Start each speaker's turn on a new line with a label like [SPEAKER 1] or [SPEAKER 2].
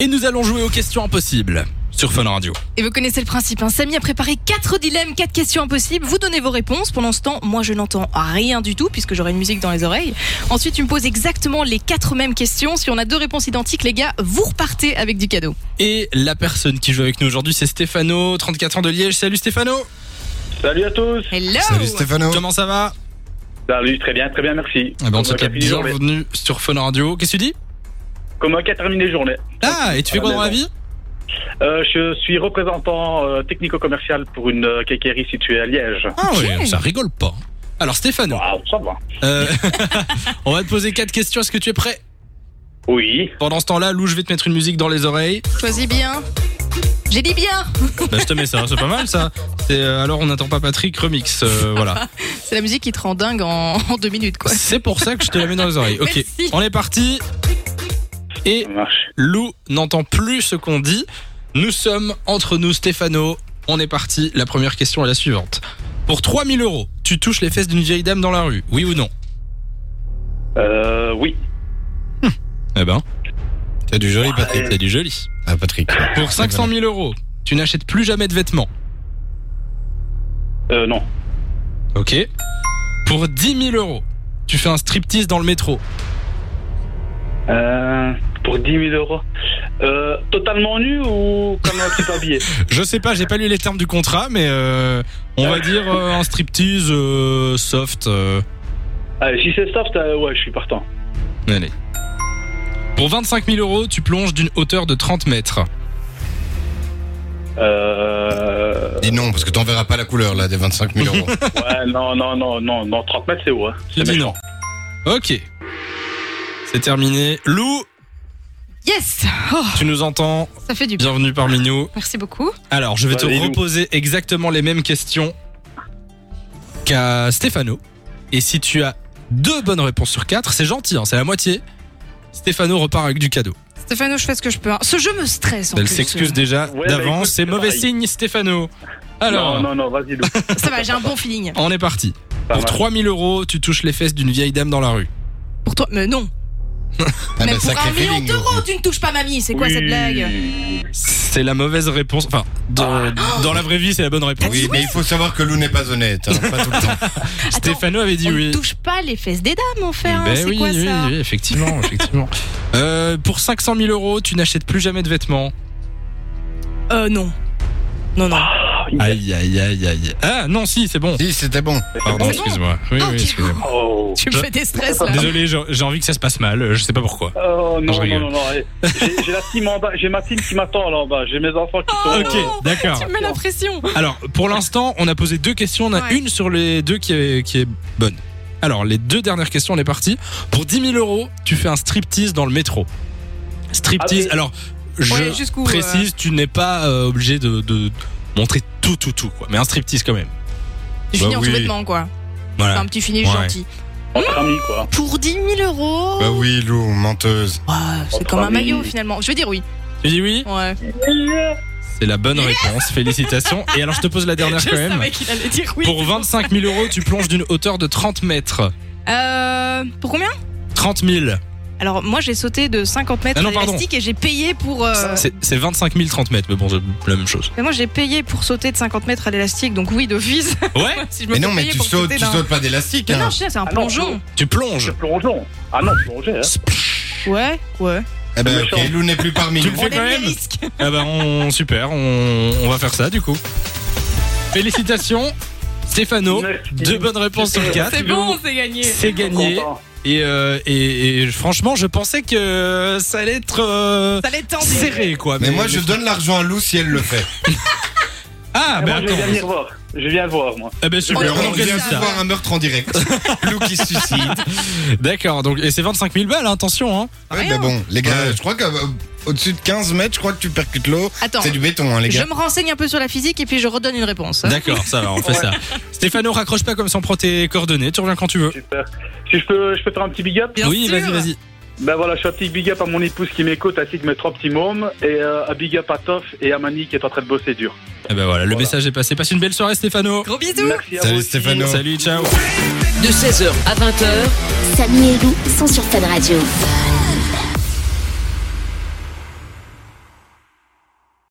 [SPEAKER 1] Et nous allons jouer aux questions impossibles sur Fun Radio.
[SPEAKER 2] Et vous connaissez le principe, hein. Samy a préparé quatre dilemmes, quatre questions impossibles. Vous donnez vos réponses. Pendant ce temps, moi je n'entends rien du tout puisque j'aurai une musique dans les oreilles. Ensuite, tu me poses exactement les quatre mêmes questions. Si on a deux réponses identiques, les gars, vous repartez avec du cadeau.
[SPEAKER 1] Et la personne qui joue avec nous aujourd'hui, c'est Stéphano, 34 ans de Liège. Salut Stéphano
[SPEAKER 3] Salut à tous.
[SPEAKER 2] Hello Ah
[SPEAKER 4] Stéphano.
[SPEAKER 1] Comment ça va
[SPEAKER 3] Salut, très bien, très bien, merci.
[SPEAKER 1] Eh ben, En tout cas,
[SPEAKER 3] Comment qu'a fini journée
[SPEAKER 1] bienvenue sur Fun Radio. Qu'est-ce que tu dis
[SPEAKER 3] Comment qu'a terminé journée
[SPEAKER 1] Ah, et tu fais quoi dans la vie
[SPEAKER 3] Euh, Je suis représentant euh, technico-commercial pour une euh, quincaillerie située à Liège.
[SPEAKER 1] Ah
[SPEAKER 2] Ok.
[SPEAKER 1] oui, ça rigole pas. hein. Alors Stéphano,
[SPEAKER 3] Waouh, ça va.
[SPEAKER 1] euh, on va te poser quatre questions. Est-ce que tu es prêt
[SPEAKER 3] Oui.
[SPEAKER 1] Pendant ce temps-là, Lou, je vais te mettre une musique dans les oreilles.
[SPEAKER 2] Choisis bien. J'ai dit bien.
[SPEAKER 1] Bah, je te mets ça, c'est pas mal ça. C'est euh, alors on n'attend pas Patrick remix, euh, voilà.
[SPEAKER 2] C'est la musique qui te rend dingue en, en deux minutes, quoi.
[SPEAKER 1] C'est pour ça que je te la mets dans les oreilles. Ok,
[SPEAKER 2] Merci.
[SPEAKER 1] on est parti. Et
[SPEAKER 3] Ça marche.
[SPEAKER 1] Lou n'entend plus ce qu'on dit. Nous sommes entre nous, Stéphano. On est parti. La première question est la suivante. Pour 3000 euros, tu touches les fesses d'une vieille dame dans la rue, oui ou non
[SPEAKER 3] Euh, oui.
[SPEAKER 1] Eh ben,
[SPEAKER 4] T'as du joli Patrick.
[SPEAKER 1] c'est du joli.
[SPEAKER 4] Ah Patrick.
[SPEAKER 1] Pour 500 000 euros, tu n'achètes plus jamais de vêtements.
[SPEAKER 3] Euh, non.
[SPEAKER 1] Ok. Pour 10 000 euros, tu fais un striptease dans le métro.
[SPEAKER 3] Euh, pour 10 000 euros. Euh, totalement nu ou comme un petit habillé
[SPEAKER 1] Je sais pas, j'ai pas lu les termes du contrat, mais euh, on va dire euh, un striptease euh, soft. euh.
[SPEAKER 3] Allez, si c'est soft, euh, ouais, je suis partant.
[SPEAKER 1] Allez. Pour 25 000 euros, tu plonges d'une hauteur de 30 mètres.
[SPEAKER 3] Euh,
[SPEAKER 4] Dis non parce que t'en verras pas la couleur là des 25 000 euros. Ah,
[SPEAKER 3] ouais, non, non, non, non, non, 30 mètres, c'est haut. Hein.
[SPEAKER 1] Je dis non. Ok. C'est terminé. Lou,
[SPEAKER 2] Yes Oh,
[SPEAKER 1] tu nous entends
[SPEAKER 2] Ça fait du bien.
[SPEAKER 1] Bienvenue parmi nous.
[SPEAKER 2] Merci beaucoup.
[SPEAKER 1] Alors, je vais te
[SPEAKER 3] Vas-y, Lou.
[SPEAKER 1] reposer exactement les mêmes questions qu'à Stéphano. Et si tu as deux bonnes réponses sur quatre, c'est gentil, hein, c'est la moitié. Stéphano repart avec du cadeau.
[SPEAKER 2] Stéphano, je fais ce que je peux. hein. Ce jeu me stresse en
[SPEAKER 1] Elle
[SPEAKER 2] plus.
[SPEAKER 1] s'excuse déjà
[SPEAKER 3] Ouais, bah écoute,
[SPEAKER 1] d'avance. C'est
[SPEAKER 3] c'est
[SPEAKER 1] mauvais
[SPEAKER 3] pareil.
[SPEAKER 1] signe, Stéphano. Alors,
[SPEAKER 3] Non, non, non, vas-y, Lou.
[SPEAKER 2] Ça va, j'ai un bon feeling.
[SPEAKER 1] on est parti.
[SPEAKER 3] Ça
[SPEAKER 1] Pour
[SPEAKER 3] va.
[SPEAKER 1] 3000 euros, tu touches les fesses d'une vieille dame dans la rue.
[SPEAKER 2] Pour toi, mais non.
[SPEAKER 4] Ah
[SPEAKER 2] Même
[SPEAKER 4] bah,
[SPEAKER 2] pour un million
[SPEAKER 4] feeling.
[SPEAKER 2] d'euros, tu ne touches pas mamie. C'est quoi cette
[SPEAKER 3] Oui.
[SPEAKER 2] blague
[SPEAKER 1] C'est la mauvaise réponse. Enfin,
[SPEAKER 2] Ah.
[SPEAKER 1] dans, dans la vraie vie, c'est la bonne réponse.
[SPEAKER 4] Oui, mais il faut savoir que Lou n'est pas honnête, hein, pas tout le temps.
[SPEAKER 1] Stéphano avait dit
[SPEAKER 2] On ne
[SPEAKER 1] oui.
[SPEAKER 2] touche pas les fesses des dames, en fait. hein.
[SPEAKER 1] Ben
[SPEAKER 2] c'est
[SPEAKER 1] oui,
[SPEAKER 2] quoi
[SPEAKER 1] oui,
[SPEAKER 2] ça
[SPEAKER 1] oui, effectivement, effectivement. Euh, pour 500 000 euros, tu n'achètes plus jamais de vêtements.
[SPEAKER 2] Euh, non. Non, non.
[SPEAKER 1] Aïe, aïe, aïe, aïe. Ah non, si, c'est bon.
[SPEAKER 4] Si c'était bon.
[SPEAKER 1] Pardon,
[SPEAKER 2] Ah, C'est bon
[SPEAKER 1] excuse-moi. Oui, oui,
[SPEAKER 2] Ah, ok. Bah.
[SPEAKER 1] excusez-moi. Ah,
[SPEAKER 3] Oh.
[SPEAKER 2] Tu me fais des stress, là.
[SPEAKER 1] Désolé, j'ai j'ai envie que ça se passe mal. euh, Je sais pas pourquoi.
[SPEAKER 3] Oh
[SPEAKER 1] Non, Ah,
[SPEAKER 3] non,
[SPEAKER 1] je
[SPEAKER 3] non,
[SPEAKER 1] rigole.
[SPEAKER 3] non, non, eh, J'ai j'ai la team en bas, j'ai ma team qui m'attend là en bas, j'ai mes enfants qui sont.
[SPEAKER 1] Ok, d'accord.
[SPEAKER 2] Oh, Tu me mets la pression.
[SPEAKER 1] Alors, pour l'instant, on a posé deux questions. On a
[SPEAKER 2] Ouais.
[SPEAKER 1] une sur les deux qui est, qui est bonne. Alors, les deux dernières questions, on est parti. Pour 10 000 euros, tu fais un striptease dans le métro. Striptease.
[SPEAKER 3] Ah oui.
[SPEAKER 1] Alors, je
[SPEAKER 2] Ouais, jusqu'où, euh,
[SPEAKER 1] précise, tu n'es pas euh, obligé de, de montrer tout, tout, tout, quoi. Mais un striptease quand même.
[SPEAKER 2] Tu
[SPEAKER 1] Bah
[SPEAKER 2] finis en
[SPEAKER 1] oui.
[SPEAKER 2] sous-vêtements, quoi.
[SPEAKER 1] Voilà.
[SPEAKER 2] Enfin, un petit finish
[SPEAKER 1] Ouais.
[SPEAKER 2] gentil.
[SPEAKER 3] euh, Entre amis quoi.
[SPEAKER 2] Pour 10 000 euros.
[SPEAKER 4] Bah oui, Lou, menteuse.
[SPEAKER 2] Ouais, c'est
[SPEAKER 3] Entre
[SPEAKER 2] comme un
[SPEAKER 3] amis.
[SPEAKER 2] maillot, finalement. Je veux dire oui.
[SPEAKER 1] Tu dis oui
[SPEAKER 2] Ouais.
[SPEAKER 1] C'est la bonne réponse. Félicitations. Et alors, je te pose la dernière
[SPEAKER 2] Je
[SPEAKER 1] quand même.
[SPEAKER 2] savais qu'il allait dire oui.
[SPEAKER 1] Pour 25 000 euros, tu plonges d'une hauteur de 30 mètres.
[SPEAKER 2] Euh, pour combien
[SPEAKER 1] 30 000.
[SPEAKER 2] Alors, moi, j'ai sauté de 50 mètres
[SPEAKER 1] Ah non,
[SPEAKER 2] à l'élastique et j'ai payé pour. euh,
[SPEAKER 1] C'est c'est 25 000, 30 mètres. Mais bon, c'est la même chose.
[SPEAKER 2] Mais moi, j'ai payé pour sauter de 50 mètres à l'élastique, donc oui, d'office.
[SPEAKER 1] Ouais
[SPEAKER 2] si je me
[SPEAKER 4] Mais non,
[SPEAKER 2] fais
[SPEAKER 4] mais
[SPEAKER 2] payer
[SPEAKER 4] tu
[SPEAKER 2] pour
[SPEAKER 4] sautes,
[SPEAKER 2] sauter
[SPEAKER 4] tu
[SPEAKER 2] d'un-
[SPEAKER 4] sautes pas d'élastique.
[SPEAKER 2] Mais non,
[SPEAKER 4] Hein.
[SPEAKER 2] je sais, c'est un
[SPEAKER 3] Ah non,
[SPEAKER 2] plongeon.
[SPEAKER 1] Tu plonges.
[SPEAKER 3] C'est plongeon. Ah non, plongeon. Hein.
[SPEAKER 2] Ouais, ouais.
[SPEAKER 4] Eh ben ok,
[SPEAKER 3] méchant.
[SPEAKER 4] Lou n'est plus parmi
[SPEAKER 1] Tu
[SPEAKER 4] nous.
[SPEAKER 1] le fais
[SPEAKER 2] On
[SPEAKER 1] quand
[SPEAKER 2] aime les
[SPEAKER 1] même
[SPEAKER 2] risques.
[SPEAKER 1] Ah bah on, super, on, on va faire ça du coup. Félicitations Stéphano,
[SPEAKER 3] Merci.
[SPEAKER 1] deux bonnes réponses sur quatre.
[SPEAKER 2] C'est bon, c'est gagné.
[SPEAKER 1] C'est gagné.
[SPEAKER 3] Content.
[SPEAKER 1] Et, euh, et, et franchement, je pensais que ça allait être euh,
[SPEAKER 2] Ça allait tenter.
[SPEAKER 1] serré quoi.
[SPEAKER 4] Mais moi je donne l'argent à Lou si elle le fait.
[SPEAKER 1] Ah
[SPEAKER 3] Et
[SPEAKER 1] bah
[SPEAKER 3] moi, je
[SPEAKER 1] attends.
[SPEAKER 3] viens venir voir. Je viens voir, moi.
[SPEAKER 1] Ah bah
[SPEAKER 2] On
[SPEAKER 1] super,
[SPEAKER 2] est-
[SPEAKER 1] on
[SPEAKER 4] On
[SPEAKER 2] organise
[SPEAKER 4] vient
[SPEAKER 1] organise
[SPEAKER 2] ça.
[SPEAKER 1] ça.
[SPEAKER 4] voir un meurtre en direct. Lou qui se suicide.
[SPEAKER 1] D'accord, donc et c'est 25 000 balles, hein, attention. Hein.
[SPEAKER 4] Ouais,
[SPEAKER 2] Rien.
[SPEAKER 4] mais bon, les gars,
[SPEAKER 1] Ouais.
[SPEAKER 4] je crois qu'au-dessus de 15 mètres, je crois que tu percutes l'eau.
[SPEAKER 2] Attends,
[SPEAKER 4] C'est du béton, hein, les
[SPEAKER 2] je
[SPEAKER 4] gars.
[SPEAKER 2] me renseigne un peu sur la physique et puis je redonne une réponse.
[SPEAKER 1] D'accord, ça va, on fait
[SPEAKER 3] Ouais.
[SPEAKER 1] ça. Stéphano, raccroche pas comme ça, on prend tes coordonnées, tu reviens quand tu veux.
[SPEAKER 3] Super. Si je peux, je peux faire un petit big up
[SPEAKER 2] Bien
[SPEAKER 1] oui,
[SPEAKER 2] sûr.
[SPEAKER 1] vas-y, vas-y.
[SPEAKER 3] Ben voilà, je fais un petit big up à mon épouse qui m'écoute, ainsi que mes trois petits mômes. Et euh, un big up à Toff et à Mani qui est en train de bosser dur.
[SPEAKER 1] Ah bah voilà, le
[SPEAKER 3] Voilà.
[SPEAKER 1] message est passé. Passe une belle soirée Stéphano.
[SPEAKER 2] Gros bisous.
[SPEAKER 3] Merci à
[SPEAKER 4] Salut
[SPEAKER 3] vous. aussi.
[SPEAKER 4] Stéphano.
[SPEAKER 1] Salut, ciao.
[SPEAKER 5] De 16h à 20h,
[SPEAKER 6] Samy et Lou sont sur Fun Radio.